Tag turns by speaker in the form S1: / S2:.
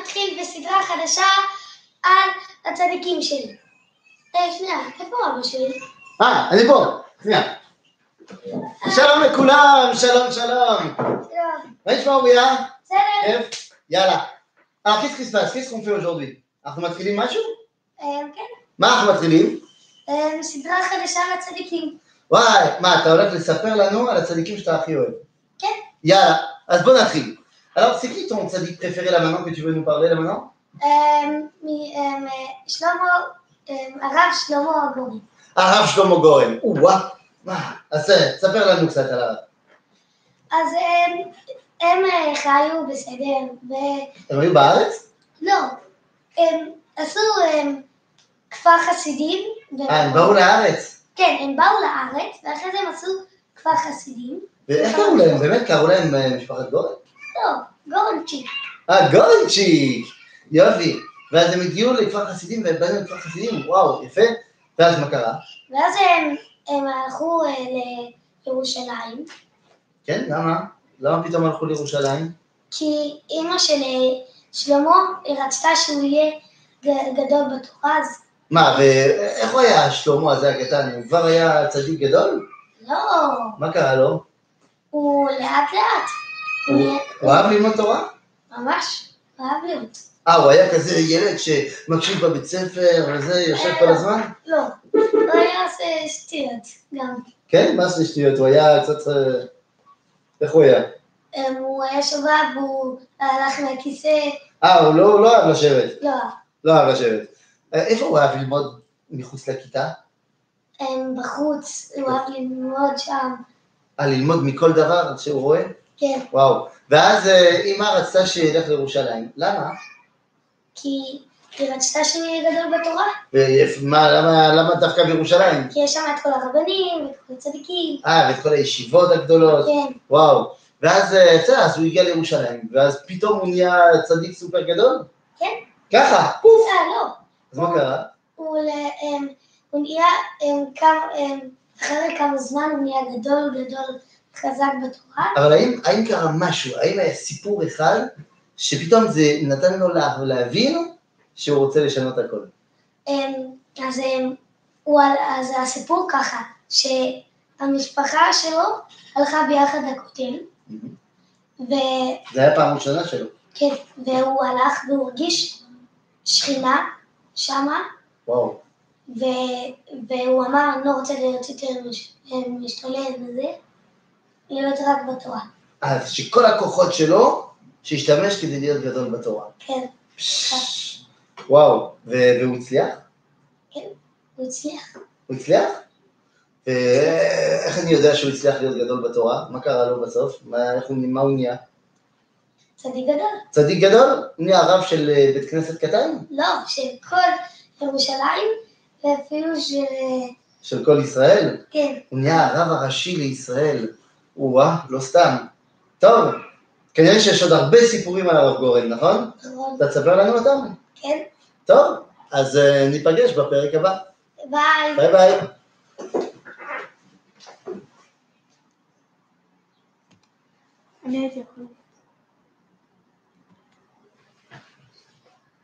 S1: נתחיל בסדרה חדשה על הצדיקים שלי. אה, שנייה, איפה אבא שלי?
S2: אה, אני פה, שנייה. שלום לכולם, שלום, שלום.
S1: שלום.
S2: מה נשמע אוריה?
S1: לא, בסדר?
S2: כיף? יאלה. אה, כיס כיס פס, כיס קונפי אוג'ורדי. אנחנו מתחילים משהו?
S1: אה, כן.
S2: מה אנחנו מתחילים?
S1: אה, סדרה חדשה על הצדיקים.
S2: וואי, מה, אתה הולך לספר לנו על הצדיקים שאתה הכי אוהב.
S1: כן.
S2: יאללה, אז בוא נתחיל. Alors, c'est qui ton sadique préféré là maintenant que tu veux nous parler là maintenant
S1: אה, מ- אה, מ- שלמה, אה, הרב שלמה הגורי.
S2: הרב שלמה גורן. או-אה. מה? אז אה, תספר לנו קצת על ה...
S1: אז הם, הם אה, חיו בסדר, ו-
S2: הם היו בארץ?
S1: לא, הם עשו הם, כפר חסידים. ו-
S2: אה, הם באו לארץ.
S1: כן, הם באו לארץ, ואחרי זה הם עשו כפר חסידים.
S2: ואיך קראו להם? באמת קראו להם אה, משפחת גורן?
S1: לא, גורנצ'יק.
S2: אה, גולצ'יק! יופי. ואז הם הגיעו לכפר חסידים והם באנו לכפר חסידים, וואו, יפה. ואז מה קרה?
S1: ואז הם, הם הלכו אה, לירושלים,
S2: כן, למה? למה פתאום הלכו לירושלים?
S1: כי אימא של אה, שלמה היא רצתה שהוא יהיה ג- גדול בתורה, אז
S2: מה, ואיך הוא היה שלמה הזה הקטן? הוא כבר היה צדיק גדול?
S1: לא,
S2: מה קרה לו?
S1: הוא לאט לאט. הוא
S2: הוא-
S1: נהיה
S2: הוא אהב ללמוד תורה?
S1: ממש אהב להיות.
S2: אה, הוא היה כזה ילד שמקשיב בבית ספר וזה, יושב כל הזמן?
S1: לא, הוא היה עושה שטויות גם.
S2: כן, מה זה שטויות, הוא היה קצת... אה, איך הוא היה?
S1: אמ, הוא היה שובב, הוא הלך מהכיסא,
S2: אה, הוא לא הוא לא אהב לשבת,
S1: לא,
S2: לא אהב לשבת. אה, איפה הוא אהב ללמוד מחוץ לכיתה?
S1: אמ, בחוץ, הוא אהב ללמוד שם,
S2: אה, ללמוד מכל דבר שהוא רואה?
S1: כן,
S2: וואו. ואז אה, אימא רצתה שילך לירושלים. למה?
S1: כי היא רצתה שהוא יהיה גדול בתורה,
S2: ומה, למה, למה דווקא בירושלים?
S1: כי יש שם את כל הרבנים ואת כל הצדיקים,
S2: אה, ואת כל הישיבות הגדולות.
S1: כן,
S2: וואו. ואז, אה, בסדר, אז הוא הגיע לירושלים, ואז פתאום הוא נהיה צדיק סופר גדול?
S1: כן.
S2: ככה, פוף.
S1: אה, לא,
S2: אז מה קרה?
S1: הוא ל- אמ, הוא נהיה, אמ, כמה- אמ, אחרי כמה זמן הוא נהיה גדול גדול חזק בתורה,
S2: אבל האם, האם קרה משהו? האם היה סיפור אחד שפתאום זה נתן לו לה, להבין שהוא רוצה לשנות הכל?
S1: אמ, אז אמ, הוא על- אז הסיפור ככה, שהמשפחה שלו הלכה ביחד לכותל, ו-
S2: זה היה פעם ראשונה שלו.
S1: כן, והוא הלך והוא הרגיש שכינה שמה,
S2: וואו.
S1: ו- והוא אמר, אני לא רוצה להיות יותר מש- משתולל וזה, להיות רק בתורה.
S2: אז שכל הכוחות שלו, שהשתמש כדי להיות גדול בתורה.
S1: כן,
S2: וואו, ו- והוא הצליח?
S1: הוא הצליח.
S2: הוא הצליח? ואיך אני יודע שהוא הצליח להיות גדול בתורה? מה קרה לו בסוף? מה, איך הוא, מה הוא נהיה?
S1: צדיק גדול.
S2: צדיק גדול? הוא נהיה הרב של אה, בית כנסת קטן?
S1: לא, של כל ירושלים, ואפילו של... אה,
S2: של כל ישראל?
S1: כן,
S2: הוא נהיה הרב הראשי לישראל. או-אה, לא סתם. טוב, כנראה שיש עוד הרבה סיפורים על הרב גורן, נכון?
S1: נכון.
S2: אתה תספר לנו אותם?
S1: כן,
S2: טוב, אז אה, ניפגש בפרק הבא.
S1: ביי.
S2: ביי ביי.
S3: אני הייתי יכול.